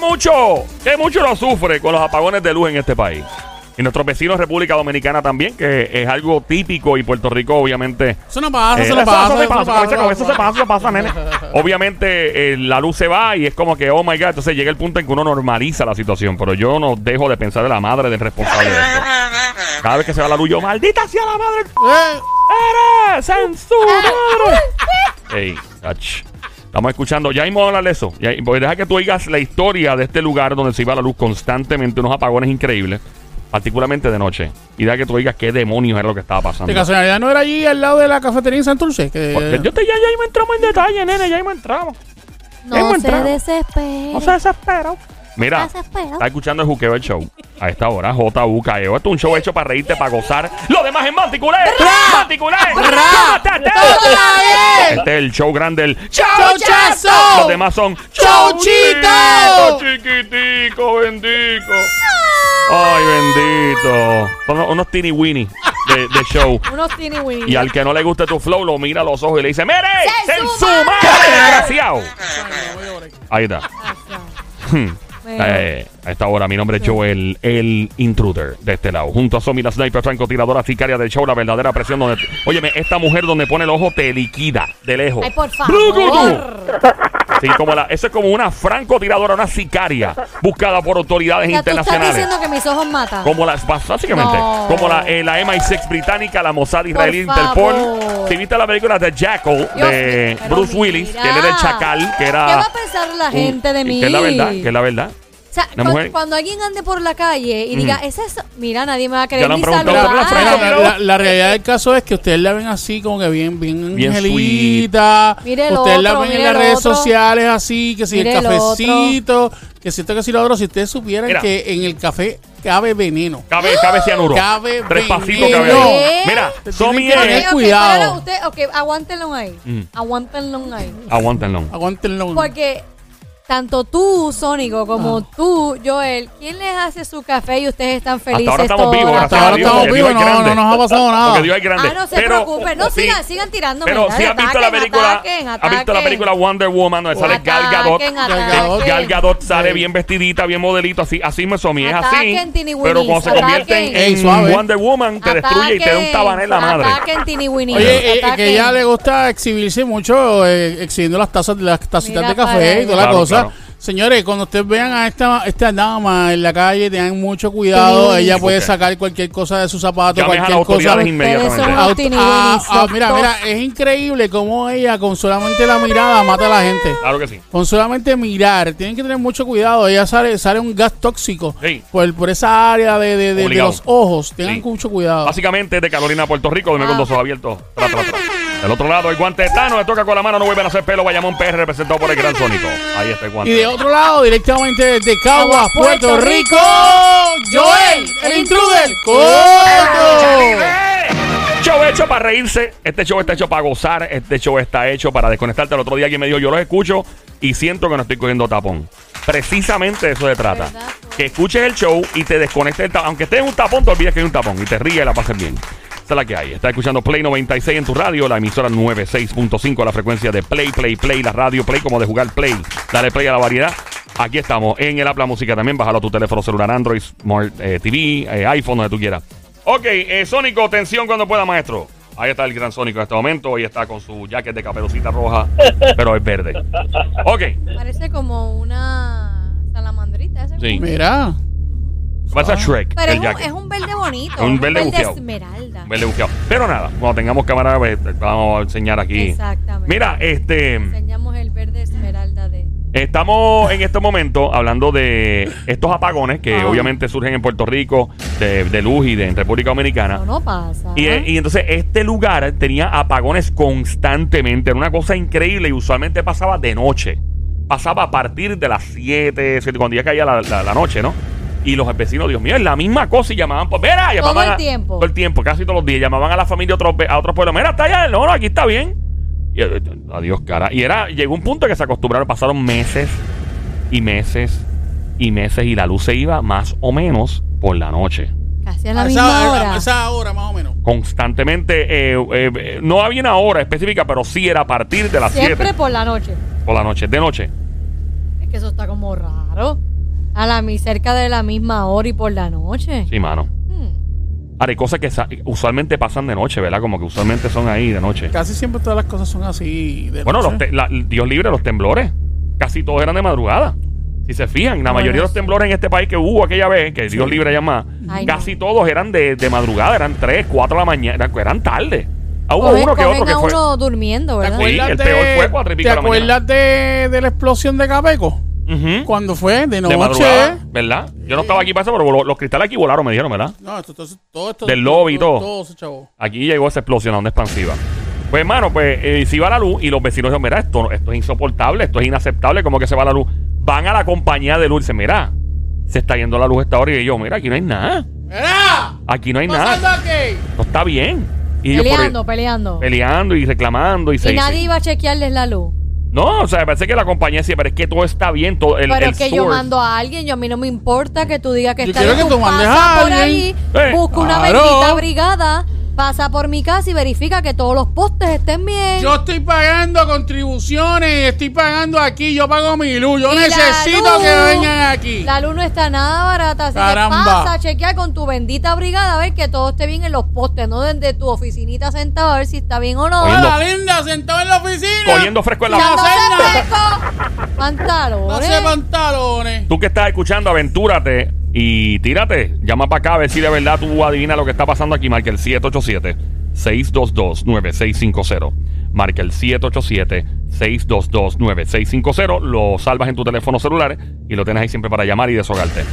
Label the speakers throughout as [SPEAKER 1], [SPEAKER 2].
[SPEAKER 1] mucho, que mucho lo sufre con los apagones de luz en este país. Y nuestros vecinos República Dominicana también, que es algo típico y Puerto Rico obviamente
[SPEAKER 2] Eso no pasa,
[SPEAKER 1] Eh,
[SPEAKER 2] eso no pasa.
[SPEAKER 1] se pasa,
[SPEAKER 2] no
[SPEAKER 1] con eso- con eso se pasa, se pasa, nene. Obviamente eh, la luz se va y es como que, oh my God, entonces llega el punto en que uno normaliza la situación, pero yo no dejo de pensar en la madre del responsable de esto. Cada vez que se va la luz, yo, maldita sea la madre,
[SPEAKER 2] Eh,
[SPEAKER 1] eres en su
[SPEAKER 3] Ah.
[SPEAKER 1] madre. Ey, ach. Estamos escuchando, ya mismo vamos a hablar de eso. Ya, pues deja que tú oigas la historia de este lugar donde se iba la luz constantemente, unos apagones increíbles, particularmente de noche. Y deja que tú oigas qué demonios era lo que estaba pasando.
[SPEAKER 2] de casualidad no era allí al lado de la cafetería en Santurce. Que,
[SPEAKER 1] Porque yo te, ya, ya me entramos en detalle, nene, ya me entramos.
[SPEAKER 3] No se
[SPEAKER 1] entrado.
[SPEAKER 3] desespere.
[SPEAKER 1] No se desespero. Mira,
[SPEAKER 3] No se desespera.
[SPEAKER 1] está escuchando el Juqueo el Show. A esta hora, J.U.K.E.O. E Esto es un show hecho para reírte, para gozar. Lo demás es Manticulé. Manticulé.
[SPEAKER 2] eh!
[SPEAKER 1] Mátate. Este es el show grande, el
[SPEAKER 2] ¡Chauchazo!
[SPEAKER 1] Los demás son
[SPEAKER 2] ¡Chauchito!
[SPEAKER 1] Chiquitico, bendito. Ay, bendito. Son unos teeny weeny de, de show.
[SPEAKER 3] Unos teeny weeny.
[SPEAKER 1] Y al que no le guste tu flow, lo mira a los ojos y le dice, ¡Mere!
[SPEAKER 3] ¡Se
[SPEAKER 1] ¡Se
[SPEAKER 3] suma!
[SPEAKER 1] suma! ¡Desgraciado! Ahí está.
[SPEAKER 3] Bueno.
[SPEAKER 1] Eh, a esta hora, mi nombre es Joel, el intruder de este lado. Junto a Somi, la sniper, francotiradora, sicaria del show, la verdadera presión. Donde, óyeme, esta mujer donde pone el ojo te liquida de lejos.
[SPEAKER 3] Ay, por
[SPEAKER 1] ¡Brucutu!
[SPEAKER 3] favor.
[SPEAKER 1] Sí, como la, eso es como una francotiradora, una sicaria buscada por autoridades
[SPEAKER 3] Ya tú estás
[SPEAKER 1] internacionales.
[SPEAKER 3] diciendo que mis ojos matan.
[SPEAKER 1] Como las, básicamente,
[SPEAKER 3] No.
[SPEAKER 1] como la, eh, la MI6 británica, la Mossad israelí,
[SPEAKER 3] Por favor.
[SPEAKER 1] Interpol. Si viste la película The Jackal
[SPEAKER 3] Dios
[SPEAKER 1] de
[SPEAKER 3] mío, pero
[SPEAKER 1] Bruce Willis,
[SPEAKER 3] mira.
[SPEAKER 1] que él era el chacal, que era.
[SPEAKER 3] ¿Qué va a pensar la
[SPEAKER 1] un-
[SPEAKER 3] gente de mí?
[SPEAKER 1] Uh, Que es la verdad, que es la verdad.
[SPEAKER 3] O sea,
[SPEAKER 1] La
[SPEAKER 3] cu-
[SPEAKER 1] mujer-
[SPEAKER 3] cuando, alguien ande por la calle y diga, ¿es eso? Mira, nadie me va a
[SPEAKER 1] Ya
[SPEAKER 3] querer
[SPEAKER 1] lo han
[SPEAKER 3] ni
[SPEAKER 1] preguntado por la
[SPEAKER 3] saludar.
[SPEAKER 1] frente,
[SPEAKER 2] La,
[SPEAKER 1] pero-
[SPEAKER 2] eh. la- la realidad del caso es que ustedes la ven así, como que bien, bien,
[SPEAKER 1] Bien
[SPEAKER 2] angelita.
[SPEAKER 3] Mire el
[SPEAKER 2] ustedes la
[SPEAKER 3] otro,
[SPEAKER 2] ven en
[SPEAKER 3] mire
[SPEAKER 2] las
[SPEAKER 3] el
[SPEAKER 2] redes
[SPEAKER 3] otro.
[SPEAKER 2] sociales así, que si
[SPEAKER 3] Mire
[SPEAKER 2] el
[SPEAKER 3] el otro.
[SPEAKER 2] cafecito, que si esto, que si lo otro. Si ustedes supieran
[SPEAKER 1] Mira.
[SPEAKER 2] que en el café cabe veneno.
[SPEAKER 1] Cabe, cabe cianuro.
[SPEAKER 2] Cabe
[SPEAKER 1] Tres pasitos
[SPEAKER 2] veneno.
[SPEAKER 1] cabe. ahí.
[SPEAKER 3] ¿Eh?
[SPEAKER 1] Mira,
[SPEAKER 2] Te
[SPEAKER 1] Somi
[SPEAKER 2] tienen que
[SPEAKER 1] es.
[SPEAKER 2] tener
[SPEAKER 3] Ok, ok,
[SPEAKER 2] cuidado.
[SPEAKER 3] páralo usted, ok, aguántenlo ahí.
[SPEAKER 1] Mm.
[SPEAKER 3] Aguántenlo ahí.
[SPEAKER 1] Aguántenlo.
[SPEAKER 2] Aguántenlo.
[SPEAKER 3] Porque tanto tú, Sónico, como tú, Joel, ¿quién les hace su café y ustedes están felices?
[SPEAKER 1] Ah. Hasta ahora estamos
[SPEAKER 3] todas?
[SPEAKER 1] vivos.
[SPEAKER 2] Hasta
[SPEAKER 1] gracias a
[SPEAKER 2] ahora
[SPEAKER 1] Dios,
[SPEAKER 2] estamos
[SPEAKER 1] porque Dios
[SPEAKER 2] vivos,
[SPEAKER 1] es
[SPEAKER 2] no,
[SPEAKER 1] grande.
[SPEAKER 2] no nos ha pasado nada.
[SPEAKER 1] Porque Dios es grande.
[SPEAKER 3] Ah, no se
[SPEAKER 1] Pero-
[SPEAKER 3] preocupen. No,
[SPEAKER 1] sí.
[SPEAKER 3] sigan, sigan tirándome.
[SPEAKER 1] Pero si
[SPEAKER 3] Dale,
[SPEAKER 1] has visto la
[SPEAKER 3] ataquen,
[SPEAKER 1] película,
[SPEAKER 3] ataquen,
[SPEAKER 1] has visto la
[SPEAKER 3] ataquen.
[SPEAKER 1] película Wonder Woman, donde sale Gal Gadot.
[SPEAKER 3] Ataquen,
[SPEAKER 2] Gal
[SPEAKER 3] ataquen.
[SPEAKER 2] Gadot.
[SPEAKER 1] Gal Gadot sale
[SPEAKER 2] Sí.
[SPEAKER 1] bien vestidita, bien modelito, así, así me somi, es así.
[SPEAKER 3] Ataquen, Tini
[SPEAKER 1] Pero cuando se
[SPEAKER 3] Winnies,
[SPEAKER 1] convierte en,
[SPEAKER 3] ataquen.
[SPEAKER 2] Ey, suave.
[SPEAKER 1] Wonder Woman, te destruye y te da un
[SPEAKER 3] Ataquen,
[SPEAKER 1] tabané en la madre.
[SPEAKER 3] Ataquen, Tini Winnie.
[SPEAKER 2] Oye, eh,
[SPEAKER 3] ataquen.
[SPEAKER 2] que ella le gusta exhibirse mucho, eh, exhibiendo las tazas, las tacitas
[SPEAKER 3] Mira
[SPEAKER 2] de
[SPEAKER 3] para
[SPEAKER 2] café
[SPEAKER 3] allá.
[SPEAKER 2] y toda la
[SPEAKER 1] Claro,
[SPEAKER 2] cosa.
[SPEAKER 1] claro.
[SPEAKER 2] Señores, cuando ustedes vean a esta, esta dama en la calle, tengan mucho cuidado.
[SPEAKER 3] Sí.
[SPEAKER 2] Ella
[SPEAKER 1] Sí,
[SPEAKER 2] puede
[SPEAKER 1] porque-
[SPEAKER 2] sacar cualquier cosa de su
[SPEAKER 1] Llames
[SPEAKER 2] zapato,
[SPEAKER 1] a las
[SPEAKER 2] cualquier cosa.
[SPEAKER 1] autoridades
[SPEAKER 3] son-
[SPEAKER 1] inmediatamente.
[SPEAKER 2] Aut-
[SPEAKER 3] Tini
[SPEAKER 2] ah,
[SPEAKER 3] Winnie,
[SPEAKER 2] ah, mira,
[SPEAKER 3] exacto.
[SPEAKER 2] mira, es increíble cómo ella con solamente la mirada mata a la gente.
[SPEAKER 1] Claro que sí.
[SPEAKER 2] Con solamente mirar, tienen que tener mucho cuidado. Ella sale, sale un gas tóxico
[SPEAKER 1] Sí.
[SPEAKER 2] por, por esa área de, de- de- de
[SPEAKER 1] Obligado.
[SPEAKER 2] los ojos. Tengan
[SPEAKER 1] Sí.
[SPEAKER 2] mucho cuidado.
[SPEAKER 1] Básicamente de Carolina, Puerto Rico, donde con
[SPEAKER 3] Ah.
[SPEAKER 1] los ojos abiertos. Tra, tra, tra. Del otro lado, el guante de Thanos, le toca con la mano, no vuelven a hacer pelo. Bayamón PR, representado por el gran Sónico. Ahí está el
[SPEAKER 2] Y
[SPEAKER 1] guante.
[SPEAKER 2] de otro lado, directamente desde Caguas, Puerto,
[SPEAKER 3] Puerto
[SPEAKER 2] Rico,
[SPEAKER 3] Rico,
[SPEAKER 2] Joel, el intruder, Coto.
[SPEAKER 1] ¡Eh! Show hecho para reírse, este show está hecho para gozar, este show está hecho para desconectarte. El otro día alguien me dijo, yo los escucho y siento que no estoy cogiendo tapón. Precisamente de eso se trata.
[SPEAKER 3] ¿Verdad, pues?
[SPEAKER 1] Que escuches el show y te desconectes el tapón. Aunque estés en un tapón, te olvides que hay un tapón y te ríes y la pases bien. Esa es la que hay. Estás escuchando Play 96 en tu radio, la emisora 96.5, la frecuencia de Play, Play, Play, la radio Play, como de jugar Play. Dale Play a la variedad. Aquí estamos en el Apla Música también. Bájalo a tu teléfono celular, Android, Smart eh, TV, eh, iPhone, donde tú quieras. Ok, eh, Sónico, tensión cuando pueda, maestro. Ahí está el gran Sónico en este momento. Hoy está con su jacket de caperucita roja, pero es verde. Ok,
[SPEAKER 3] Parece como una salamandrita. Ese
[SPEAKER 1] sí.
[SPEAKER 2] Mira,
[SPEAKER 1] Pasa Shrek.
[SPEAKER 3] Pero
[SPEAKER 1] el
[SPEAKER 3] es un,
[SPEAKER 1] jacket.
[SPEAKER 3] es un verde bonito.
[SPEAKER 1] Es un verde bufiao.
[SPEAKER 3] esmeralda.
[SPEAKER 1] Verle buqueado. Pero nada, cuando tengamos cámara, pues, vamos a enseñar aquí.
[SPEAKER 3] Exactamente.
[SPEAKER 1] Mira, este
[SPEAKER 3] Enseñamos el verde esmeralda de.
[SPEAKER 1] estamos en este momento hablando de estos apagones que
[SPEAKER 3] Ah.
[SPEAKER 1] obviamente surgen en Puerto Rico, de, de luz y de en República Dominicana.
[SPEAKER 3] No, no pasa.
[SPEAKER 1] Ah. Y, eh, y entonces este lugar tenía apagones constantemente. Era una cosa increíble y usualmente pasaba de noche. Pasaba a partir de las 7, 7 cuando ya caía la, la- la noche, ¿no? Y los vecinos, Dios mío, es la misma cosa y llamaban por. Mira, llamaban.
[SPEAKER 3] el
[SPEAKER 1] a-
[SPEAKER 3] tiempo.
[SPEAKER 1] Todo el tiempo, casi todos los días. Llamaban a la familia a otros, ve- a otros pueblos. Mira, está allá. No, no, aquí está bien. Y, eh, adiós, cara. Y era, llegó un punto que se acostumbraron, pasaron meses y meses y meses y la luz se iba más o menos por la noche
[SPEAKER 3] Casi a la
[SPEAKER 2] a
[SPEAKER 3] misma
[SPEAKER 2] Ah, esa,
[SPEAKER 3] hora.
[SPEAKER 2] a esa hora más o menos.
[SPEAKER 1] constantemente. eh, eh, eh, no había una hora específica, pero sí era a partir de las
[SPEAKER 3] Siempre
[SPEAKER 1] 7
[SPEAKER 3] por la noche.
[SPEAKER 1] por la noche, de noche.
[SPEAKER 3] Es que eso está como raro. A la mi- cerca de la misma hora y por la noche.
[SPEAKER 1] Sí, mano.
[SPEAKER 3] Hmm.
[SPEAKER 1] Ahora, hay cosas que sa- usualmente pasan de noche, ¿verdad? Como que usualmente son ahí de noche.
[SPEAKER 2] Casi siempre todas las cosas son así. de
[SPEAKER 1] Bueno, los
[SPEAKER 2] noche.
[SPEAKER 1] te- la- Dios libre, los temblores. Casi todos eran de madrugada. Si se fijan, la
[SPEAKER 3] Bueno,
[SPEAKER 1] mayoría de los
[SPEAKER 3] sí.
[SPEAKER 1] temblores en este país que hubo aquella vez, que Dios libre ya más,
[SPEAKER 3] Ay,
[SPEAKER 1] casi todos eran de, de madrugada, eran 3, 4 de la mañana, eran, eran tarde. Ah, hubo
[SPEAKER 3] Cogen-
[SPEAKER 1] uno que
[SPEAKER 3] cogen
[SPEAKER 1] otro que
[SPEAKER 3] a
[SPEAKER 1] fue.
[SPEAKER 3] uno durmiendo,
[SPEAKER 2] ¿Te
[SPEAKER 3] ¿verdad?
[SPEAKER 1] Sí,
[SPEAKER 2] acuerdas
[SPEAKER 1] el
[SPEAKER 2] de-
[SPEAKER 1] peor fue cuatro y pico
[SPEAKER 2] ¿Te
[SPEAKER 1] de la mañana.
[SPEAKER 2] acuerdas de, de la explosión de Capeco?
[SPEAKER 1] Ujú.
[SPEAKER 2] Cuando fue de
[SPEAKER 1] De
[SPEAKER 2] noche.
[SPEAKER 1] madrugada, ¿verdad? Yo no estaba aquí para eso, pero lo- los cristales aquí volaron, me dijeron, ¿verdad?
[SPEAKER 2] no, esto, todo, todo esto.
[SPEAKER 1] Del lobby y todo.
[SPEAKER 2] Todo eso, chavo.
[SPEAKER 1] Aquí llegó esa explosión a onda expansiva. Pues, hermano, pues eh, si va la luz y los vecinos dicen, mira, esto, no- esto es insoportable, esto es inaceptable, como que se va la luz. Van a la compañía de luz y dicen, mira, se está yendo la luz a esta hora. Y yo, mira, aquí no hay nada.
[SPEAKER 2] ¡Era!
[SPEAKER 1] Aquí no hay
[SPEAKER 2] ¡Pasando
[SPEAKER 1] nada.
[SPEAKER 2] aquí!
[SPEAKER 1] No está bien. Y ellos por-
[SPEAKER 3] Peleando, peleando.
[SPEAKER 1] peleando y reclamando. Y, se-
[SPEAKER 3] Y
[SPEAKER 1] se-
[SPEAKER 3] nadie iba a chequearles la luz.
[SPEAKER 1] No, o sea, me parece que la compañía decía, pero es que todo está bien. Todo, el,
[SPEAKER 3] Pero
[SPEAKER 1] el
[SPEAKER 3] es que yo
[SPEAKER 1] source".
[SPEAKER 3] mando a alguien, yo a mí no me importa que tú digas que
[SPEAKER 2] Yo
[SPEAKER 3] está
[SPEAKER 2] quiero
[SPEAKER 3] bien,
[SPEAKER 2] que tú mandes
[SPEAKER 3] pasa
[SPEAKER 2] a
[SPEAKER 3] por ahí,
[SPEAKER 2] alguien.
[SPEAKER 1] Eh,
[SPEAKER 3] busca una
[SPEAKER 2] claro.
[SPEAKER 3] bendita brigada, pasa por mi casa y verifica que todos los postes estén bien.
[SPEAKER 2] Yo estoy pagando contribuciones, estoy pagando aquí, yo pago mi luz, yo
[SPEAKER 3] Y la
[SPEAKER 2] necesito
[SPEAKER 3] luz-
[SPEAKER 2] que vengan aquí.
[SPEAKER 3] La luz no está nada barata, así
[SPEAKER 2] Caramba.
[SPEAKER 3] que pasa a chequear con tu bendita brigada a ver que todo esté bien en los postes, no desde tu oficinita sentado a ver si está bien o no.
[SPEAKER 1] Oye,
[SPEAKER 2] Hola, linda, sentado en la oficina.
[SPEAKER 1] Cogiendo fresco en la
[SPEAKER 2] no
[SPEAKER 1] mano.
[SPEAKER 3] Dándose
[SPEAKER 2] hacer
[SPEAKER 3] fresco. Pantalones.
[SPEAKER 2] Pase pantalones.
[SPEAKER 1] Tú que estás escuchando, aventúrate y tírate. Llama para acá a ver si de verdad tú adivinas lo que está pasando aquí. Marca el 787-622-9650. Marca el 787-622-9650. Lo salvas en tu teléfono celular y lo tienes ahí siempre para llamar y deshogarte.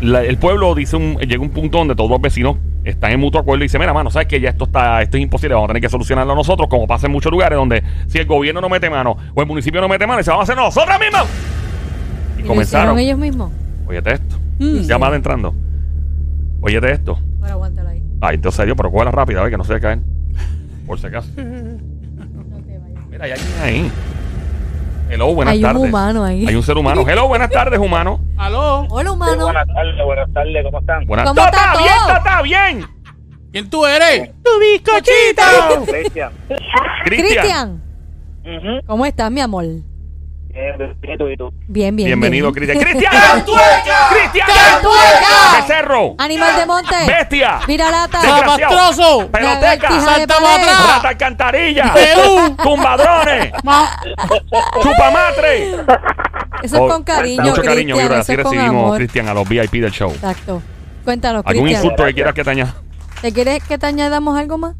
[SPEAKER 1] La- el pueblo dice un, llega un punto donde todos los vecinos están en mutuo acuerdo y dicen, mira, mano, sabes que ya esto está, esto es imposible, vamos a tener que solucionarlo nosotros, como pasa en muchos lugares donde si el gobierno no mete mano o el municipio no mete mano, se vamos a hacer nosotros mismos. Y,
[SPEAKER 3] Y lo
[SPEAKER 1] comenzaron.
[SPEAKER 3] hicieron ellos mismos.
[SPEAKER 1] Óyete esto.
[SPEAKER 3] Mm.
[SPEAKER 1] Llama adentrando. Óyete esto.
[SPEAKER 3] Bueno, aguántalo ahí.
[SPEAKER 1] Ay, entonces yo, pero cógela rápida, a ver que no se caen. Por si acaso.
[SPEAKER 3] No te vayas.
[SPEAKER 1] Mira, hay alguien ahí. Hello, buenas
[SPEAKER 3] Hay un
[SPEAKER 1] tardes.
[SPEAKER 3] humano ahí.
[SPEAKER 1] Hay un ser humano. Hello, buenas tardes, humano.
[SPEAKER 2] Aló,
[SPEAKER 3] Hola,
[SPEAKER 4] Sí,
[SPEAKER 3] humano.
[SPEAKER 4] buenas tardes, buenas tardes, ¿cómo están?
[SPEAKER 1] Buenas
[SPEAKER 3] ¿Cómo está todo?
[SPEAKER 1] bien, está, está bien!
[SPEAKER 2] ¿quién tú eres? Tu
[SPEAKER 4] Ah,
[SPEAKER 2] bizcochito.
[SPEAKER 4] Cristian.
[SPEAKER 1] Cristian.
[SPEAKER 3] Cristian,
[SPEAKER 4] Ujú.
[SPEAKER 3] ¿cómo estás, mi amor?
[SPEAKER 4] Bien, bien, tú y tú.
[SPEAKER 3] Bien, bien.
[SPEAKER 1] Bienvenido,
[SPEAKER 3] bien.
[SPEAKER 1] Cristian. ¡Cristian!
[SPEAKER 2] ¡Cantueca!
[SPEAKER 1] ¡Cristian!
[SPEAKER 3] ¡Cantueca!
[SPEAKER 1] ¡Becerro!
[SPEAKER 3] Animal de monte.
[SPEAKER 1] ¡Bestia!
[SPEAKER 3] Mira lata.
[SPEAKER 1] Desgraciado.
[SPEAKER 2] ¡Zapastroso!
[SPEAKER 1] ¡Peloteca!
[SPEAKER 2] Salta para atrás.
[SPEAKER 1] ¡Rata alcantarilla!
[SPEAKER 2] Perú.
[SPEAKER 1] ¡Tumbadrones!
[SPEAKER 2] Ma-
[SPEAKER 1] ¡Chupamatre!
[SPEAKER 3] Eso es con cariño,
[SPEAKER 1] Oh, Mucho cariño,
[SPEAKER 3] Cristian.
[SPEAKER 1] vibra.
[SPEAKER 3] Eso
[SPEAKER 1] Así
[SPEAKER 3] es con
[SPEAKER 1] recibimos,
[SPEAKER 3] amor.
[SPEAKER 1] Cristian, a los VIP del show.
[SPEAKER 3] Exacto. Cuéntanos,
[SPEAKER 1] ¿Algún
[SPEAKER 3] Cristian.
[SPEAKER 1] insulto que quieras que te añada?
[SPEAKER 3] ¿Te quieres que te añadamos algo más?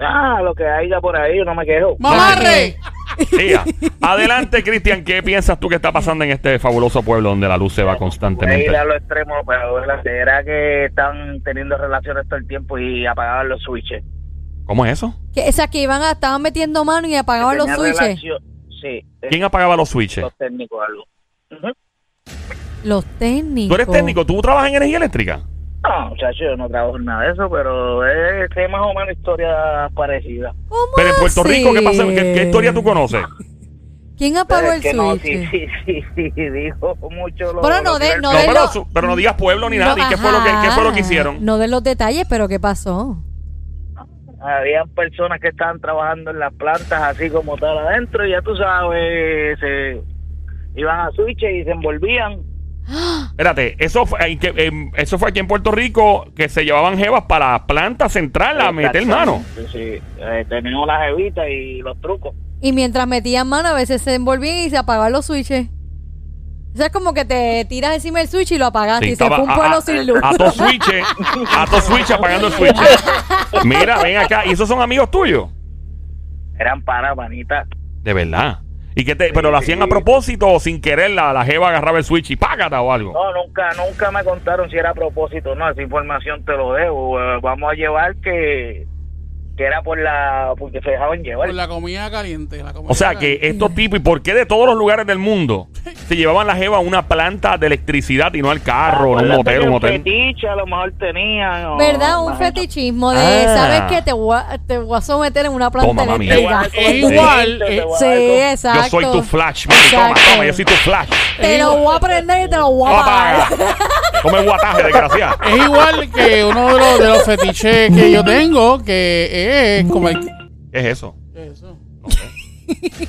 [SPEAKER 4] Ah, lo que haya por ahí, yo no me quejo.
[SPEAKER 2] ¡Mamarre!
[SPEAKER 1] Tía, adelante, Cristian. ¿Qué piensas tú que está pasando en este fabuloso pueblo donde la luz se va
[SPEAKER 4] Voy a
[SPEAKER 1] constantemente?
[SPEAKER 4] ir a los extremos, pero ¿verdad? será que están teniendo relaciones todo el tiempo y apagaban los switches.
[SPEAKER 1] ¿Cómo es eso?
[SPEAKER 3] Que, o sea, que iban a, estaban metiendo mano y apagaban los
[SPEAKER 4] Tenían
[SPEAKER 3] switches.
[SPEAKER 4] relación- Sí, eh,
[SPEAKER 1] ¿Quién apagaba los switches?
[SPEAKER 4] los técnicos o algo. Ujú.
[SPEAKER 3] Los técnicos.
[SPEAKER 1] Tú eres técnico, tú trabajas en energía eléctrica.
[SPEAKER 4] No, muchachos, yo no trabajo en nada de eso, pero es, es más o menos historia parecida.
[SPEAKER 3] ¿Cómo
[SPEAKER 1] Pero en Puerto
[SPEAKER 3] así?
[SPEAKER 1] Rico, ¿qué pasa? ¿Qué, qué historia tú conoces?
[SPEAKER 3] ¿Quién apagó
[SPEAKER 4] Es
[SPEAKER 3] el
[SPEAKER 4] que
[SPEAKER 3] switch?
[SPEAKER 4] no, sí, sí, sí, sí, dijo mucho lo
[SPEAKER 3] Pero no
[SPEAKER 4] lo que
[SPEAKER 3] de-
[SPEAKER 4] era el
[SPEAKER 3] no
[SPEAKER 1] No,
[SPEAKER 3] de-
[SPEAKER 1] pero,
[SPEAKER 3] lo-
[SPEAKER 1] su- pero no digas pueblo ni
[SPEAKER 3] No,
[SPEAKER 1] nada. ¿Y qué fue lo que, qué fue lo que
[SPEAKER 3] ajá.
[SPEAKER 1] hicieron?
[SPEAKER 3] No de los detalles, pero ¿qué pasó?
[SPEAKER 4] Habían personas que estaban trabajando en las plantas así como tal adentro y ya tú sabes, se iban a switch y se envolvían.
[SPEAKER 1] Espérate, eso fue, ahí que- em, eso fue aquí en Puerto Rico que se llevaban jevas para la planta central a meter mano.
[SPEAKER 4] Sí, sí. Eh, teníamos las evitas y los trucos.
[SPEAKER 3] Y mientras metían mano, a veces se envolvían y se apagaban los switches. O sea, es como que te tiras encima del switch y lo apagaste
[SPEAKER 1] Sí,
[SPEAKER 3] y se
[SPEAKER 1] estaba
[SPEAKER 3] fue un
[SPEAKER 1] a-
[SPEAKER 3] pueblo
[SPEAKER 1] a-
[SPEAKER 3] sin luz.
[SPEAKER 1] A dos switches, a dos switches apagando el switch. Mira, ven acá. ¿Y esos son amigos tuyos?
[SPEAKER 4] Eran para panitas.
[SPEAKER 1] De verdad. ¿Y qué te, pero lo hacían a propósito o sin querer la, la jeva agarraba el switch y págata o algo?
[SPEAKER 4] No, nunca, nunca me contaron si era a propósito o no. Esa información te lo debo. Eh, vamos a llevar que, que era por la, porque se dejaban llevar.
[SPEAKER 2] Por la comida caliente. la comida
[SPEAKER 1] O sea que
[SPEAKER 2] caliente.
[SPEAKER 1] estos tipos, ¿y por qué de todos los lugares del mundo se llevaban la jeva a una planta de electricidad y no al carro, a un
[SPEAKER 4] Acuérdate
[SPEAKER 1] motel,
[SPEAKER 4] que
[SPEAKER 1] un
[SPEAKER 4] un
[SPEAKER 1] motel?
[SPEAKER 4] fetiche a lo mejor tenían. o-
[SPEAKER 3] ¿Verdad? Un
[SPEAKER 4] imagínate.
[SPEAKER 3] fetichismo de,
[SPEAKER 1] Ah.
[SPEAKER 3] ¿sabes qué? Te voy, a, te voy a someter en una planta
[SPEAKER 1] Toma, mami.
[SPEAKER 4] Te voy a
[SPEAKER 3] eléctrica.
[SPEAKER 4] dar como
[SPEAKER 2] Es igual,
[SPEAKER 4] te
[SPEAKER 2] eh,
[SPEAKER 4] voy a
[SPEAKER 3] Sí,
[SPEAKER 4] dar como-
[SPEAKER 1] Yo
[SPEAKER 3] exacto.
[SPEAKER 1] soy tu flash, mami, toma,
[SPEAKER 3] Exacto.
[SPEAKER 1] toma, yo soy tu flash.
[SPEAKER 3] Te lo voy a prender y te lo voy a
[SPEAKER 1] Apaga.
[SPEAKER 3] apagar.
[SPEAKER 1] Come guataje, desgraciada.
[SPEAKER 2] Es igual que uno de los, de los fetiches que yo tengo, que es como el...
[SPEAKER 1] ¿Qué es eso?
[SPEAKER 2] Eso.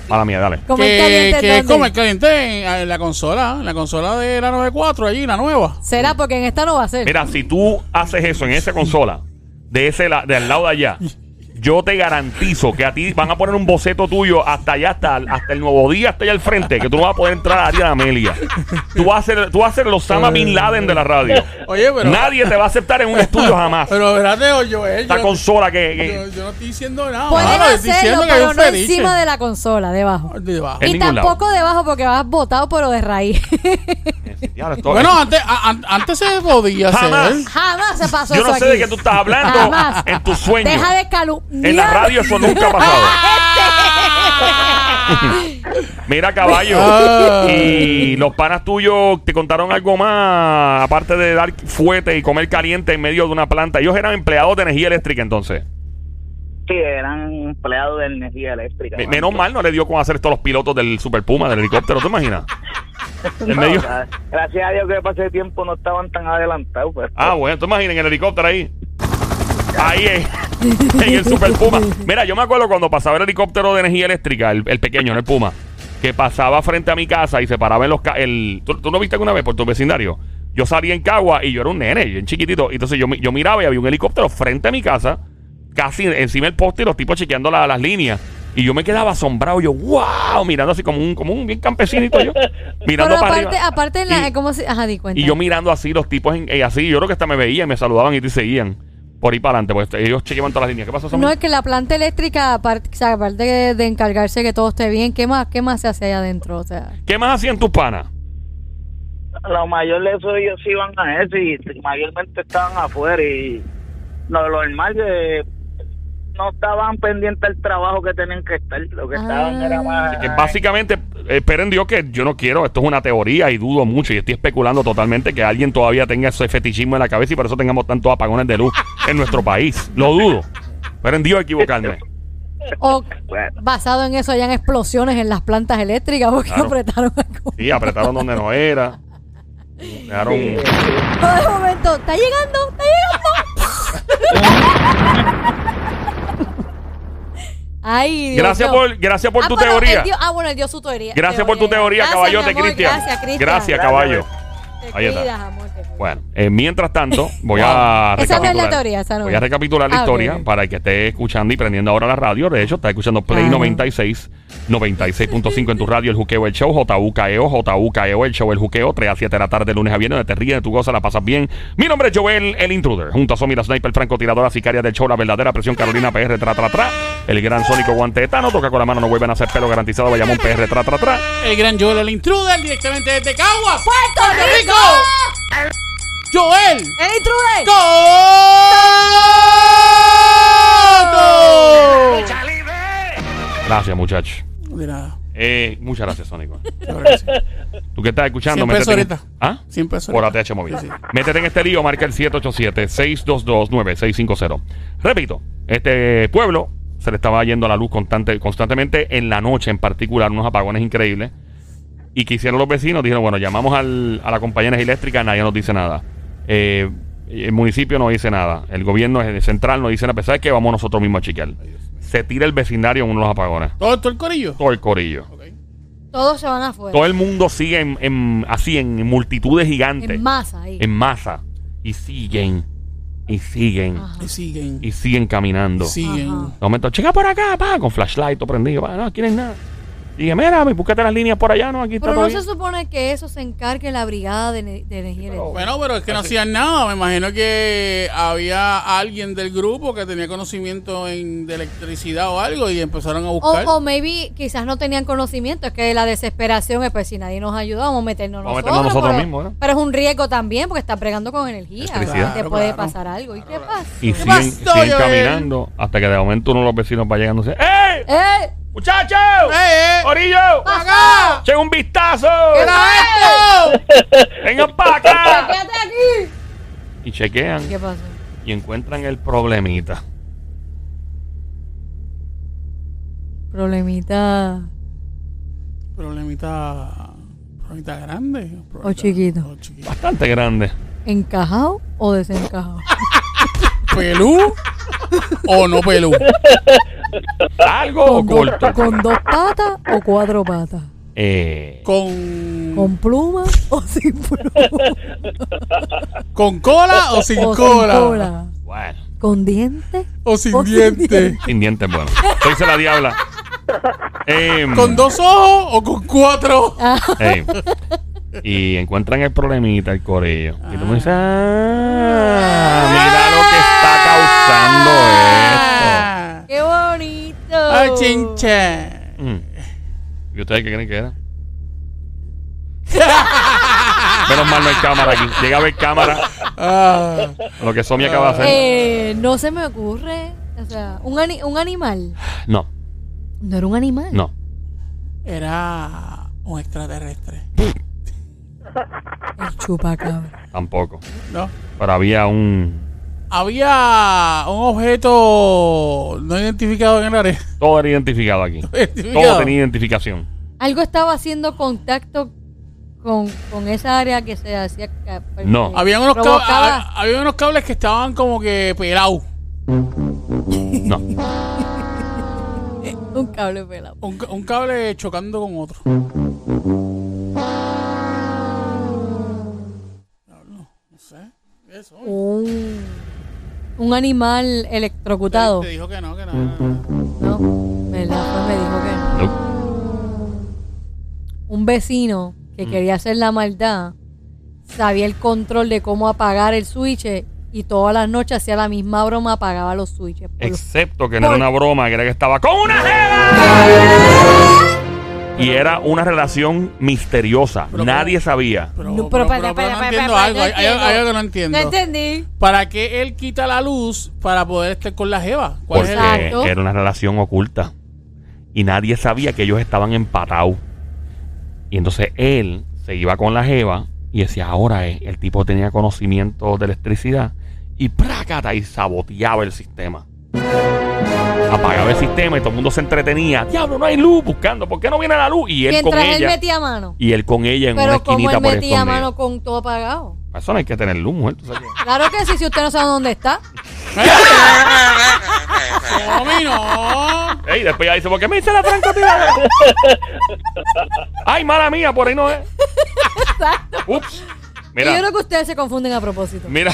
[SPEAKER 1] Mala mía, dale.
[SPEAKER 3] Comer
[SPEAKER 2] que,
[SPEAKER 3] caliente,
[SPEAKER 2] que es
[SPEAKER 3] ¿dónde?
[SPEAKER 2] como el caliente en, en la consola, en la consola de la 94, allí, la nueva.
[SPEAKER 3] Será porque en esta no va a ser.
[SPEAKER 1] Mira, si tú haces eso en esa consola, de ese la- de al lado de allá, yo te garantizo que a ti van a poner un boceto tuyo hasta allá, hasta, hasta el nuevo día, hasta allá al frente, que tú no vas a poder entrar a área de Amelia. Tú vas a ser, tú vas a ser el Osama Bin Laden de la radio.
[SPEAKER 2] Oye, pero.
[SPEAKER 1] Nadie te va a aceptar en un estudio jamás.
[SPEAKER 2] Pero espérate, oye, Joel,
[SPEAKER 1] Esta
[SPEAKER 2] yo-
[SPEAKER 1] consola que. que-
[SPEAKER 2] yo, yo no estoy diciendo nada.
[SPEAKER 3] Pueden
[SPEAKER 2] mano, Ah, estoy
[SPEAKER 3] hacerlo,
[SPEAKER 2] diciendo que hay
[SPEAKER 3] pero
[SPEAKER 2] un
[SPEAKER 3] no
[SPEAKER 2] fetiche.
[SPEAKER 3] encima de la consola, debajo.
[SPEAKER 2] Debajo.
[SPEAKER 1] En
[SPEAKER 3] y
[SPEAKER 1] ningún
[SPEAKER 3] tampoco debajo porque vas botado pero de raíz.
[SPEAKER 1] Diablo, esto-
[SPEAKER 2] Bueno, antes, a- an- antes se podía
[SPEAKER 1] Jamás.
[SPEAKER 2] hacer.
[SPEAKER 3] Jamás se pasó
[SPEAKER 1] yo
[SPEAKER 3] eso
[SPEAKER 1] no sé
[SPEAKER 3] aquí.
[SPEAKER 1] de qué tú estás hablando
[SPEAKER 3] Jamás.
[SPEAKER 1] en tus sueños.
[SPEAKER 3] Deja de calu...
[SPEAKER 1] En la radio eso nunca ha pasado. Mira, caballo.
[SPEAKER 2] Ah.
[SPEAKER 1] Y los panas tuyos te contaron algo más, aparte de dar fuete y comer caliente en medio de una planta. Ellos eran empleados de energía eléctrica entonces.
[SPEAKER 4] Sí, eran empleados de energía eléctrica.
[SPEAKER 1] Me- menos mal no le dio con hacer esto a los pilotos del Super Puma, del helicóptero, ¿te imaginas? En
[SPEAKER 4] No,
[SPEAKER 1] medio.
[SPEAKER 4] o sea, gracias a Dios que pasé tiempo no estaban tan adelantados. pues. pero-
[SPEAKER 1] Ah, bueno, tú imaginas en el helicóptero ahí. Ahí es. En el Super Puma. Mira, yo me acuerdo cuando pasaba el helicóptero de energía eléctrica, el, el pequeño, no el Puma, que pasaba frente a mi casa y se paraba en los. ca- El, ¿tú, tú lo viste alguna vez por tu vecindario? Yo salía en Cagua y yo era un nene, bien chiquitito. Entonces yo, mi- yo miraba y había un helicóptero frente a mi casa, casi encima del poste y los tipos chequeando la- las líneas. Y yo me quedaba asombrado, yo, wow, mirando así como un, como un bien campesinito yo. Mirando
[SPEAKER 3] Pero
[SPEAKER 1] para
[SPEAKER 3] aparte,
[SPEAKER 1] arriba.
[SPEAKER 3] aparte en la, eh,
[SPEAKER 1] Y-
[SPEAKER 3] ¿cómo se- Ajá, di cuenta.
[SPEAKER 1] y yo mirando así, los tipos en- eh, así, yo creo que hasta me veían, me saludaban y te seguían. Por ahí para adelante, pues ellos chequeaban todas las líneas. ¿Qué pasa,
[SPEAKER 3] no,
[SPEAKER 1] Samuel?
[SPEAKER 3] es que la planta eléctrica, aparte, o sea, aparte de, de encargarse que todo esté bien, ¿qué más, qué más se hace allá adentro? O sea,
[SPEAKER 1] ¿Qué más hacían tus panas?
[SPEAKER 4] Lo mayor de eso ellos iban a eso y mayormente estaban afuera y no, lo normal que no estaban pendientes al trabajo que tenían que estar, lo que
[SPEAKER 3] Ah.
[SPEAKER 4] estaban era más...
[SPEAKER 1] Que básicamente, eh, esperen Dios que yo no quiero, esto es una teoría y dudo mucho y estoy especulando totalmente que alguien todavía tenga ese fetichismo en la cabeza y por eso tengamos tantos apagones de luz en nuestro país. Lo dudo. Esperen Dios equivocarme.
[SPEAKER 3] o
[SPEAKER 4] Bueno,
[SPEAKER 3] basado en eso, hayan explosiones en las plantas eléctricas porque
[SPEAKER 1] Claro.
[SPEAKER 3] apretaron algo.
[SPEAKER 1] Sí, apretaron donde no era. Dejaron...
[SPEAKER 3] Todo de momento, está llegando, está llegando. Ay, Dios
[SPEAKER 1] Gracias
[SPEAKER 3] mío.
[SPEAKER 1] por, gracias por
[SPEAKER 3] Ah,
[SPEAKER 1] tu
[SPEAKER 3] pero él
[SPEAKER 1] teoría.
[SPEAKER 3] dio- ah, bueno, él dio su teoría.
[SPEAKER 1] Gracias por tu teoría,
[SPEAKER 3] Gracias,
[SPEAKER 1] caballote,
[SPEAKER 3] mi amor,
[SPEAKER 1] Cristian.
[SPEAKER 3] Gracias, Cristian.
[SPEAKER 1] Gracias, caballo.
[SPEAKER 3] Te
[SPEAKER 1] Ahí está.
[SPEAKER 3] cuidas, amor, te cuidas.
[SPEAKER 1] Bueno, eh, mientras tanto, voy
[SPEAKER 2] Wow.
[SPEAKER 1] a
[SPEAKER 3] Esa no es la
[SPEAKER 1] recapitular-
[SPEAKER 3] teoría, esa no
[SPEAKER 1] voy a
[SPEAKER 3] es.
[SPEAKER 1] recapitular la
[SPEAKER 3] Ah,
[SPEAKER 1] historia
[SPEAKER 3] ok.
[SPEAKER 1] para el que esté escuchando y prendiendo ahora la radio. De hecho, está escuchando Play
[SPEAKER 3] Claro.
[SPEAKER 1] 96, 96.5 en tu radio, el juqueo, el show, JUKEO, JUKEO, E el show, el juqueo, 3 a 7 de la tarde, lunes a viernes, donde te ríes, tú gozas, la pasas bien. Mi nombre es Joel, el intruder. Junto a Somi, la sniper, francotiradora, sicaria del show, la verdadera presión, Carolina PR, tra, tra, tra. El gran sónico guante de Tano, toca con la mano, no vuelven a hacer pelo garantizado, Bayamón PR, tra, tra, tra.
[SPEAKER 2] El gran Joel, el intruder, directamente desde Caguas,
[SPEAKER 3] ¡Puerto Rico!
[SPEAKER 2] Joel.
[SPEAKER 3] ¡El intruder!
[SPEAKER 2] ¡Coto!
[SPEAKER 1] Gracias, muchachos.
[SPEAKER 2] De nada.
[SPEAKER 1] Eh, muchas gracias, Sónico.
[SPEAKER 2] Gracias.
[SPEAKER 1] Tú que estás escuchando,
[SPEAKER 2] Cien pesos
[SPEAKER 1] métete en-
[SPEAKER 2] ahorita.
[SPEAKER 1] ¿Ah?
[SPEAKER 2] Cien pesos
[SPEAKER 1] Por
[SPEAKER 2] ahorita.
[SPEAKER 1] ATH móvil.
[SPEAKER 2] Sí, sí.
[SPEAKER 1] Métete en este lío, marca el 787-622-9650. Repito, este pueblo se le estaba yendo la luz constante, constantemente en la noche, en particular, unos apagones increíbles. Y que hicieron los vecinos, dijeron, bueno, llamamos al- a la compañía de energía eléctrica, nadie nos dice nada. Eh, el municipio no dice nada. El gobierno central no dice nada. A pesar de que vamos nosotros mismos a chequear. Se tira el vecindario en uno de los apagones.
[SPEAKER 2] ¿Todo, todo el corillo?
[SPEAKER 1] Todo el corillo.
[SPEAKER 2] Ok.
[SPEAKER 3] Todos se van afuera.
[SPEAKER 1] Todo el mundo sigue en, en- así, en multitudes gigantes.
[SPEAKER 3] En masa ahí.
[SPEAKER 1] en masa. Y siguen. Y siguen.
[SPEAKER 3] Ajá.
[SPEAKER 2] Y siguen.
[SPEAKER 1] Y siguen caminando.
[SPEAKER 2] Y siguen.
[SPEAKER 3] Ajá.
[SPEAKER 1] De momento, chica por acá, pa, con flashlight todo prendido. Pa, no, aquí no hay nada. Y dije, mira, mi, búscate las líneas por allá, no, aquí está
[SPEAKER 3] Pero
[SPEAKER 1] todo
[SPEAKER 3] no
[SPEAKER 1] bien.
[SPEAKER 3] se supone que eso se encargue la brigada de, ne- de energía eléctrica.
[SPEAKER 2] Bueno, pero es que no hacían nada. Me imagino que había alguien del grupo que tenía conocimiento en, de electricidad o algo y empezaron a
[SPEAKER 3] O,
[SPEAKER 2] buscar.
[SPEAKER 3] o maybe quizás no tenían conocimiento, es que la desesperación es pues si nadie nos ayuda, vamos a meternos
[SPEAKER 1] Vamos a
[SPEAKER 3] nosotros.
[SPEAKER 1] meternos nosotros
[SPEAKER 3] pero,
[SPEAKER 1] mismos, ¿no?
[SPEAKER 3] pero es un riesgo también porque está pregando con energía.
[SPEAKER 1] Electricidad.
[SPEAKER 3] Te
[SPEAKER 2] Claro,
[SPEAKER 3] puede
[SPEAKER 2] claro.
[SPEAKER 3] pasar algo. ¿Y qué pasa?
[SPEAKER 1] Y
[SPEAKER 2] ¿Qué
[SPEAKER 1] siguen,
[SPEAKER 2] pasó,
[SPEAKER 1] siguen
[SPEAKER 2] Joel?
[SPEAKER 1] caminando hasta que de momento uno de los vecinos va llegando y dice, ¡Eh!
[SPEAKER 3] ¡Eh!
[SPEAKER 1] ¡Muchachos!
[SPEAKER 2] ¡Eh, eh!
[SPEAKER 1] ¡Orillo!
[SPEAKER 3] Ah. ¡Acá!
[SPEAKER 1] ¡Echen un vistazo!
[SPEAKER 2] ¿Qué era esto?
[SPEAKER 1] ¡Vengan para acá!
[SPEAKER 3] ¡Quédate aquí!
[SPEAKER 1] y chequean
[SPEAKER 3] ¿Qué pasó?
[SPEAKER 1] y encuentran el problemita.
[SPEAKER 3] Problemita.
[SPEAKER 2] Problemita. Problemita grande. problemita- Oh,
[SPEAKER 3] O chiquito.
[SPEAKER 2] O chiquito.
[SPEAKER 1] Bastante grande.
[SPEAKER 3] ¿Encajado o desencajado?
[SPEAKER 2] ¿Pelú o no pelú?
[SPEAKER 1] ¿Largo o
[SPEAKER 3] Con, dos,
[SPEAKER 1] corto?
[SPEAKER 3] con dos patas o cuatro patas.
[SPEAKER 1] Eh,
[SPEAKER 2] ¿Con, con,
[SPEAKER 3] Con plumas o sin plumas.
[SPEAKER 2] cola o sin
[SPEAKER 3] o
[SPEAKER 2] cola?
[SPEAKER 3] sin cola.
[SPEAKER 1] bueno,
[SPEAKER 3] Con dientes.
[SPEAKER 2] O sin
[SPEAKER 3] O sin
[SPEAKER 2] dientes.
[SPEAKER 3] dientes.
[SPEAKER 1] sin dientes, bueno. Soy se la diabla. Em,
[SPEAKER 2] ¿Con dos ojos o con cuatro?
[SPEAKER 1] Ey. Y encuentran el problemita, el corillo. Y tú me dices, "Ah, mira lo que está causando
[SPEAKER 2] Ah,
[SPEAKER 3] ¡Qué bonito!
[SPEAKER 2] ah, chinche.
[SPEAKER 1] esto. Mm. ¿Y ustedes qué creen que era? Menos mal no hay cámara aquí. Llega a ver cámara.
[SPEAKER 2] Ah,
[SPEAKER 1] Lo que Somi acaba de hacer.
[SPEAKER 3] Eh, no se me ocurre. O sea, un, ani- un animal.
[SPEAKER 1] No,
[SPEAKER 3] No era un animal.
[SPEAKER 1] no.
[SPEAKER 2] era un extraterrestre.
[SPEAKER 3] El chupacabra.
[SPEAKER 1] Tampoco.
[SPEAKER 2] ¿No?
[SPEAKER 1] Pero había un.
[SPEAKER 2] Había un objeto no identificado en el área.
[SPEAKER 1] Todo era identificado aquí. Todo
[SPEAKER 2] Identificado.
[SPEAKER 1] tenía identificación.
[SPEAKER 3] Algo estaba haciendo contacto con, con esa área que se hacía. ca-
[SPEAKER 1] No.
[SPEAKER 3] eh,
[SPEAKER 2] Habían unos, cab-
[SPEAKER 3] provocaba-
[SPEAKER 2] ha- había unos cables que estaban como que pelados.
[SPEAKER 1] No.
[SPEAKER 3] Un cable pelado.
[SPEAKER 2] Un, ca- un cable chocando con otro. Diablo, no sé. Eso.
[SPEAKER 3] Un, un animal electrocutado.
[SPEAKER 2] Te dijo que no, que no, no. no.
[SPEAKER 3] No, ¿verdad? Pues me dijo que no.
[SPEAKER 1] Nope.
[SPEAKER 3] un vecino que
[SPEAKER 1] Mm.
[SPEAKER 3] quería hacer la maldad sabía el control de cómo apagar el switch y todas las noches hacía la misma broma, apagaba los switches. Por los-
[SPEAKER 1] Excepto que no era una broma, que era que estaba con una jeva. Y era una relación misteriosa.
[SPEAKER 2] Pero,
[SPEAKER 1] Nadie sabía.
[SPEAKER 2] Pero,
[SPEAKER 3] No,
[SPEAKER 2] pero-
[SPEAKER 3] pero, espera,
[SPEAKER 2] pero- pero no
[SPEAKER 3] espera,
[SPEAKER 2] entiendo
[SPEAKER 3] espera,
[SPEAKER 2] algo.
[SPEAKER 3] no
[SPEAKER 2] Hay, hay-
[SPEAKER 3] entiendo.
[SPEAKER 2] hay algo que no entiendo.
[SPEAKER 3] No entendí.
[SPEAKER 2] ¿Para qué él quita la luz para poder estar con la jeva? ¿Cuál
[SPEAKER 1] Porque
[SPEAKER 2] es el-
[SPEAKER 3] Exacto.
[SPEAKER 1] era una relación oculta. Y nadie sabía que ellos estaban empatados. Y entonces él se iba con la jeva y decía, ahora es. El tipo tenía conocimiento de electricidad y prácata y saboteaba el sistema. Apagaba el sistema y todo el mundo se entretenía. Diablo, no hay luz buscando. ¿Por qué no viene la luz? Y él
[SPEAKER 3] Mientras
[SPEAKER 1] con
[SPEAKER 3] él
[SPEAKER 1] ella.
[SPEAKER 3] metía mano.
[SPEAKER 1] Y él con ella en una
[SPEAKER 3] Pero como
[SPEAKER 1] esquinita
[SPEAKER 3] él
[SPEAKER 1] por
[SPEAKER 3] metía
[SPEAKER 1] escondida.
[SPEAKER 3] mano con todo apagado.
[SPEAKER 1] Para Eso no hay que tener luz, mujer. tú sabes que-
[SPEAKER 3] Claro que sí, si usted no sabe dónde está.
[SPEAKER 2] No, mi no.
[SPEAKER 1] Ey, después ya dice, ¿por qué me hice la francotiradora? Ay, mala mía, por ahí no es. Ups.
[SPEAKER 3] Y yo
[SPEAKER 1] Mira,
[SPEAKER 3] creo que ustedes se confunden a propósito.
[SPEAKER 1] mira.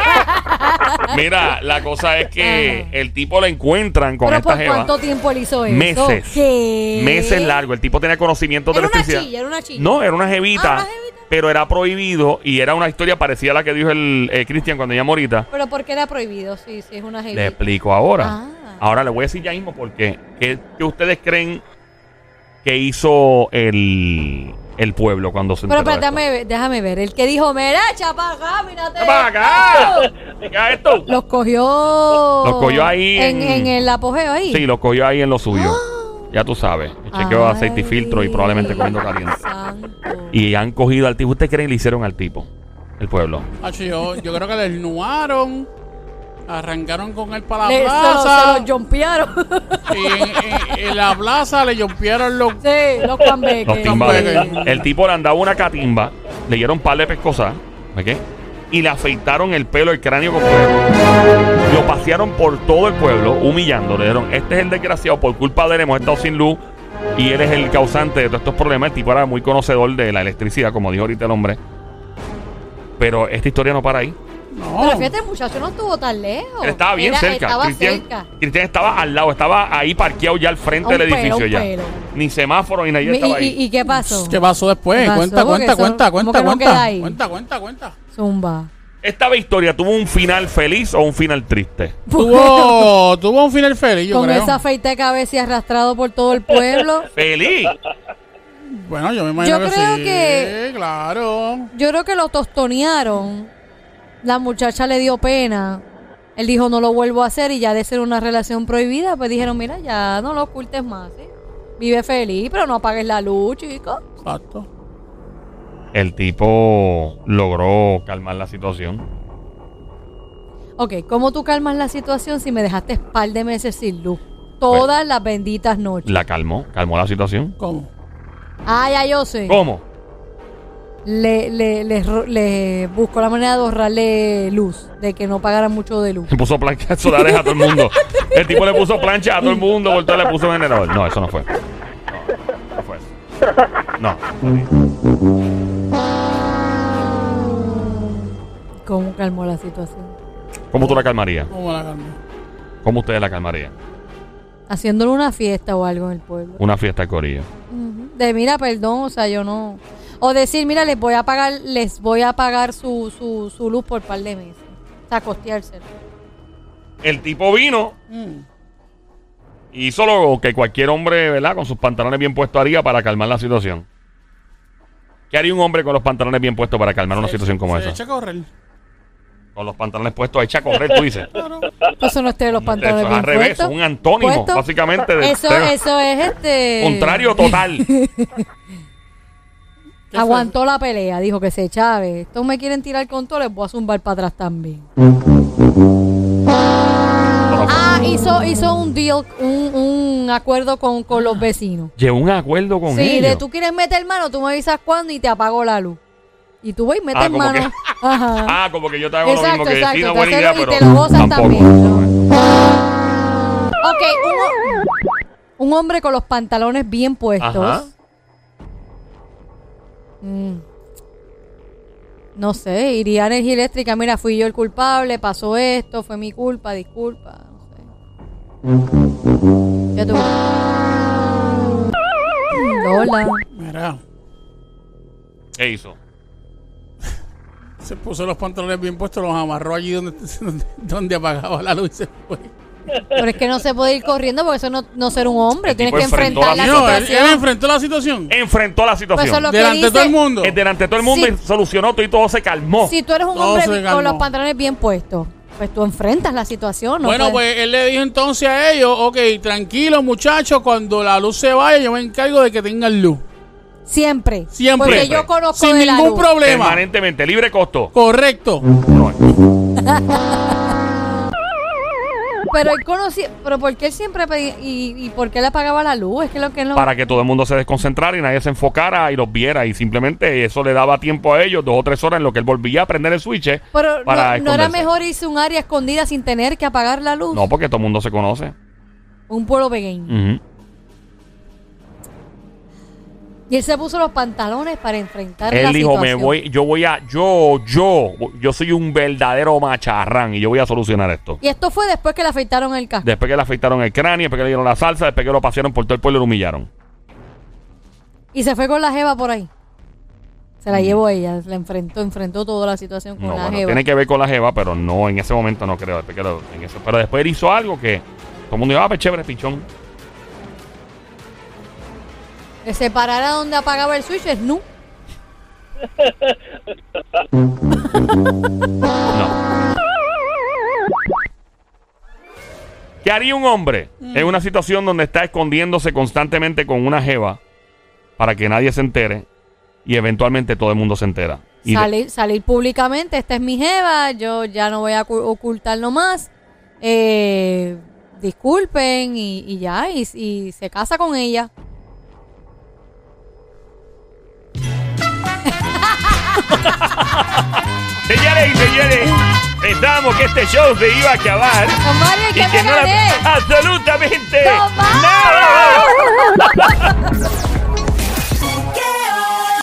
[SPEAKER 1] mira, la cosa es que
[SPEAKER 3] Ajá.
[SPEAKER 1] el tipo la encuentran con
[SPEAKER 3] Pero
[SPEAKER 1] esta
[SPEAKER 3] ¿por
[SPEAKER 1] jeva.
[SPEAKER 3] cuánto tiempo él hizo eso?
[SPEAKER 1] Meses.
[SPEAKER 3] ¿Qué?
[SPEAKER 1] Meses largo. El tipo tenía conocimiento de
[SPEAKER 3] Era una
[SPEAKER 1] electricidad.
[SPEAKER 3] chilla, era una chilla.
[SPEAKER 1] No, era una jevita.
[SPEAKER 3] Ah, una jevita.
[SPEAKER 1] Pero era prohibido y era una historia parecida a la que dijo el eh, Cristian cuando llamó ahorita.
[SPEAKER 3] Pero porque era prohibido, sí, sí, es una
[SPEAKER 1] Le
[SPEAKER 3] jevita.
[SPEAKER 1] explico ahora.
[SPEAKER 3] Ah.
[SPEAKER 1] Ahora le voy a decir ya mismo por qué. ¿Qué, qué ustedes creen que hizo el, el pueblo cuando se
[SPEAKER 3] Pero,
[SPEAKER 1] enteró
[SPEAKER 3] pero
[SPEAKER 1] de esto?
[SPEAKER 3] déjame, ver- déjame ver. El que dijo, mira, chapa acá, mírate.
[SPEAKER 1] ¡Ven para acá! Mira esto?
[SPEAKER 3] Los cogió.
[SPEAKER 1] Los cogió ahí
[SPEAKER 3] En,
[SPEAKER 1] en-
[SPEAKER 3] en el apogeo ahí. Ah,
[SPEAKER 1] Sí, lo cogió ahí en lo suyo. Ya tú sabes. El chequeo de aceite y filtro y probablemente comiendo caliente.
[SPEAKER 3] Y
[SPEAKER 1] Y han cogido al tipo. ¿Ustedes creen que le hicieron al tipo? El pueblo.
[SPEAKER 2] Hacho, yo, yo creo que le desnudaron. Arrancaron con él para la
[SPEAKER 3] se los,
[SPEAKER 2] plaza.
[SPEAKER 3] se los jompearon.
[SPEAKER 2] Y en, en- en la plaza le rompieron los.
[SPEAKER 3] sí, los cuambeques.
[SPEAKER 1] Los timbales. Eh,
[SPEAKER 2] Tampoco.
[SPEAKER 1] El tipo le andaba una catimba, le dieron un par de pescosas, ¿ok? Y le afeitaron el pelo, el cráneo completo. Lo pasearon por todo el pueblo, humillándole. Dijeron, este es el desgraciado, por culpa de él hemos estado sin luz y él es el causante de todos estos problemas. El tipo era muy conocedor de la electricidad, como dijo ahorita el hombre. Pero esta historia no para ahí.
[SPEAKER 2] No.
[SPEAKER 3] Pero fíjate, el muchacho no estuvo tan lejos.
[SPEAKER 1] Él oh. estaba bien
[SPEAKER 3] Era-
[SPEAKER 1] cerca.
[SPEAKER 3] Estaba
[SPEAKER 1] Cristian,
[SPEAKER 3] cerca.
[SPEAKER 1] Cristian estaba al lado, estaba ahí parqueado ya al frente
[SPEAKER 3] A un
[SPEAKER 1] del
[SPEAKER 3] pelo,
[SPEAKER 1] edificio
[SPEAKER 3] un
[SPEAKER 1] ya.
[SPEAKER 3] pelo.
[SPEAKER 1] Ni semáforo ni nada. ya
[SPEAKER 3] Mi-
[SPEAKER 1] estaba
[SPEAKER 3] y,
[SPEAKER 1] ahí.
[SPEAKER 3] y- ¿y qué pasó?
[SPEAKER 2] ¿Qué pasó después?
[SPEAKER 3] ¿Qué pasó?
[SPEAKER 2] Cuenta,
[SPEAKER 3] Porque
[SPEAKER 2] cuenta,
[SPEAKER 3] eso-
[SPEAKER 2] cuenta,
[SPEAKER 3] ¿cómo
[SPEAKER 2] cuenta,
[SPEAKER 3] que no queda
[SPEAKER 2] cuenta.
[SPEAKER 3] ahí?
[SPEAKER 2] Cuenta, cuenta, cuenta.
[SPEAKER 3] Zumba.
[SPEAKER 1] Esta historia tuvo un final feliz o un final triste.
[SPEAKER 2] Tuvo, tuvo un final feliz, yo
[SPEAKER 3] Con
[SPEAKER 2] creo.
[SPEAKER 3] esa feita de cabeza y arrastrado por todo el pueblo.
[SPEAKER 1] ¡Feliz!
[SPEAKER 2] Bueno, yo me imagino
[SPEAKER 3] Yo
[SPEAKER 2] que
[SPEAKER 3] creo
[SPEAKER 2] sí.
[SPEAKER 3] que-
[SPEAKER 2] Claro.
[SPEAKER 3] Yo creo que lo tostonearon. La muchacha le dio pena. Él dijo, no lo vuelvo a hacer. Y ya de ser una relación prohibida, pues dijeron, mira, ya no lo ocultes más. ¿sí? Vive feliz, pero no apagues la luz, chico.
[SPEAKER 2] Exacto.
[SPEAKER 1] El tipo logró calmar la situación.
[SPEAKER 3] Ok, ¿cómo tú calmas la situación si me dejaste par de meses sin luz? Todas las benditas noches.
[SPEAKER 1] La calmó, calmó la situación.
[SPEAKER 2] ¿Cómo?
[SPEAKER 1] Oh.
[SPEAKER 3] Ah, ya yo sé.
[SPEAKER 1] ¿Cómo?
[SPEAKER 3] le, le, le, ro- le buscó la manera de ahorrarle luz, de que no pagaran mucho de luz.
[SPEAKER 1] Le puso planchas solares a todo el mundo. El tipo le puso planchas a todo el mundo, voltó y le puso un generador. No, eso no fue. No, no fue eso. No.
[SPEAKER 3] ¿Cómo calmó la situación?
[SPEAKER 1] ¿Cómo tú la calmarías?
[SPEAKER 2] ¿Cómo la calma?
[SPEAKER 1] ¿Cómo ustedes la calmarían?
[SPEAKER 3] Haciéndole una fiesta o algo en el pueblo.
[SPEAKER 1] Una fiesta de corillo.
[SPEAKER 3] Ujú. De mira, perdón, o sea, yo no. O decir, mira, les voy a pagar, les voy a pagar su, su, su luz por par de meses. O sea, costeárselo.
[SPEAKER 1] El tipo vino
[SPEAKER 2] Mm.
[SPEAKER 1] y hizo lo que cualquier hombre, ¿verdad? Con sus pantalones bien puestos haría para calmar la situación. ¿Qué haría un hombre con los pantalones bien puestos para calmar una situación como
[SPEAKER 2] Se
[SPEAKER 1] esa?
[SPEAKER 2] echa a correr.
[SPEAKER 1] Con los pantalones puestos, echa a correr, tú dices.
[SPEAKER 2] Claro.
[SPEAKER 3] Eso no es de los pantalones
[SPEAKER 1] Eso es al
[SPEAKER 3] bien
[SPEAKER 1] revés,
[SPEAKER 3] puestos.
[SPEAKER 1] un antónimo,
[SPEAKER 3] Puesto.
[SPEAKER 1] básicamente, de-
[SPEAKER 3] eso,
[SPEAKER 1] de-
[SPEAKER 3] eso es este.
[SPEAKER 1] Contrario total.
[SPEAKER 3] Aguantó la pelea, dijo que se chave. Estos me quieren tirar con todo, les voy a zumbar para atrás también. Ah, hizo, hizo un deal, un, un acuerdo con, con los vecinos.
[SPEAKER 1] Llegó un acuerdo Ah, con
[SPEAKER 3] Sí,
[SPEAKER 1] ellos.
[SPEAKER 3] de tú quieres meter mano, tú me avisas cuándo y te apago la luz. Y tú vas y metes
[SPEAKER 1] Ah, como
[SPEAKER 3] mano.
[SPEAKER 1] que-
[SPEAKER 3] Ajá.
[SPEAKER 1] Ah, como que yo te hago lo mismo que
[SPEAKER 3] Exacto,
[SPEAKER 1] sí, no
[SPEAKER 3] exacto,
[SPEAKER 1] buena
[SPEAKER 3] te
[SPEAKER 1] idea,
[SPEAKER 3] hacerlo y
[SPEAKER 1] pero
[SPEAKER 3] te lo gozas
[SPEAKER 1] tampoco.
[SPEAKER 3] también. Ok, un, ho- un hombre con los pantalones bien puestos.
[SPEAKER 1] Ajá.
[SPEAKER 3] Mm. No sé, iría a energía eléctrica. Mira, fui yo el culpable, pasó esto, fue mi culpa, disculpa. No sé. Ya tú. Lola.
[SPEAKER 2] Mira,
[SPEAKER 1] ¿Qué hizo?
[SPEAKER 2] se puso los pantalones bien puestos, los amarró allí donde, donde, donde apagaba la luz y se fue.
[SPEAKER 3] Pero es que no se puede ir corriendo porque eso no, no ser un hombre.
[SPEAKER 1] El
[SPEAKER 3] Tienes
[SPEAKER 1] tipo
[SPEAKER 3] que
[SPEAKER 1] enfrentó
[SPEAKER 3] enfrentar la
[SPEAKER 1] la-
[SPEAKER 2] No, él,
[SPEAKER 3] situación.
[SPEAKER 2] él enfrentó la situación.
[SPEAKER 1] Enfrentó la situación.
[SPEAKER 3] Pues eso es lo que
[SPEAKER 2] Delante de
[SPEAKER 3] dice.
[SPEAKER 2] todo el mundo.
[SPEAKER 1] Eh, Delante de todo el mundo
[SPEAKER 3] Sí.
[SPEAKER 1] y solucionó todo y todo se calmó.
[SPEAKER 3] Si tú eres un
[SPEAKER 2] Todo
[SPEAKER 3] hombre
[SPEAKER 2] se
[SPEAKER 3] bi-
[SPEAKER 2] calmó.
[SPEAKER 3] con los pantalones bien puestos, pues tú enfrentas la situación. ¿no?
[SPEAKER 2] bueno, pues él le dijo entonces a ellos, ok, tranquilo muchachos, cuando la luz se vaya yo me encargo de que tengan luz.
[SPEAKER 3] Siempre.
[SPEAKER 2] Siempre.
[SPEAKER 3] Porque
[SPEAKER 1] pues, Siempre.
[SPEAKER 3] yo conozco
[SPEAKER 2] Sin
[SPEAKER 3] de la
[SPEAKER 2] ningún
[SPEAKER 3] luz.
[SPEAKER 2] problema.
[SPEAKER 1] Permanentemente, libre costo.
[SPEAKER 2] Correcto.
[SPEAKER 1] No,
[SPEAKER 3] Pero él conocía. Pero ¿por qué él siempre pedía. Y, y por qué le apagaba la luz? Es que lo que él no.
[SPEAKER 1] para que todo el mundo se desconcentrara y nadie se enfocara y los viera. Y simplemente eso le daba tiempo a ellos, dos o tres horas en lo que él volvía a prender el switch. eh,
[SPEAKER 3] Pero
[SPEAKER 1] para
[SPEAKER 3] no, no era
[SPEAKER 1] esconderse.
[SPEAKER 3] mejor irse a un área escondida sin tener que apagar la luz.
[SPEAKER 1] No, Mm. porque todo el mundo se conoce.
[SPEAKER 3] Un pueblo pequeño.
[SPEAKER 1] Ujú.
[SPEAKER 3] Y él se puso los pantalones para enfrentar la
[SPEAKER 1] Él dijo,
[SPEAKER 3] situación.
[SPEAKER 1] me voy, yo voy a, yo, yo, yo soy un verdadero macharrán y yo voy a solucionar esto.
[SPEAKER 3] Y esto fue después que le afeitaron el casco.
[SPEAKER 1] Después que le afeitaron el cráneo, después que le dieron la salsa, después que lo pasearon por todo el pueblo y lo humillaron.
[SPEAKER 3] Y se fue con la jeva por ahí. Se la llevó ella, la enfrentó, enfrentó toda la situación con
[SPEAKER 1] Mm. No,
[SPEAKER 3] la
[SPEAKER 1] bueno,
[SPEAKER 3] jeva.
[SPEAKER 1] tiene que ver con la jeva, pero no, en ese momento no creo. después que lo- en eso- pero después él hizo algo que todo el mundo dijo, ah, pues chévere, pichón.
[SPEAKER 3] Que se parara donde apagaba el switch es nu.
[SPEAKER 1] No. ¿Qué haría un hombre en una situación donde está escondiéndose constantemente con una jeva para que nadie se entere y eventualmente todo el mundo se entera? Y de-
[SPEAKER 3] Salir, salir públicamente, esta es mi jeva, yo ya no voy a ocu- ocultarlo más. Eh, disculpen y, y ya, y, y se casa con ella.
[SPEAKER 1] Señores y señores, pensamos que este show se iba a acabar
[SPEAKER 3] Don Mario, ¿y
[SPEAKER 1] y
[SPEAKER 3] qué
[SPEAKER 1] que
[SPEAKER 3] me
[SPEAKER 1] no
[SPEAKER 3] gané?
[SPEAKER 1] la... Absolutamente
[SPEAKER 3] ¡Toma!
[SPEAKER 1] nada.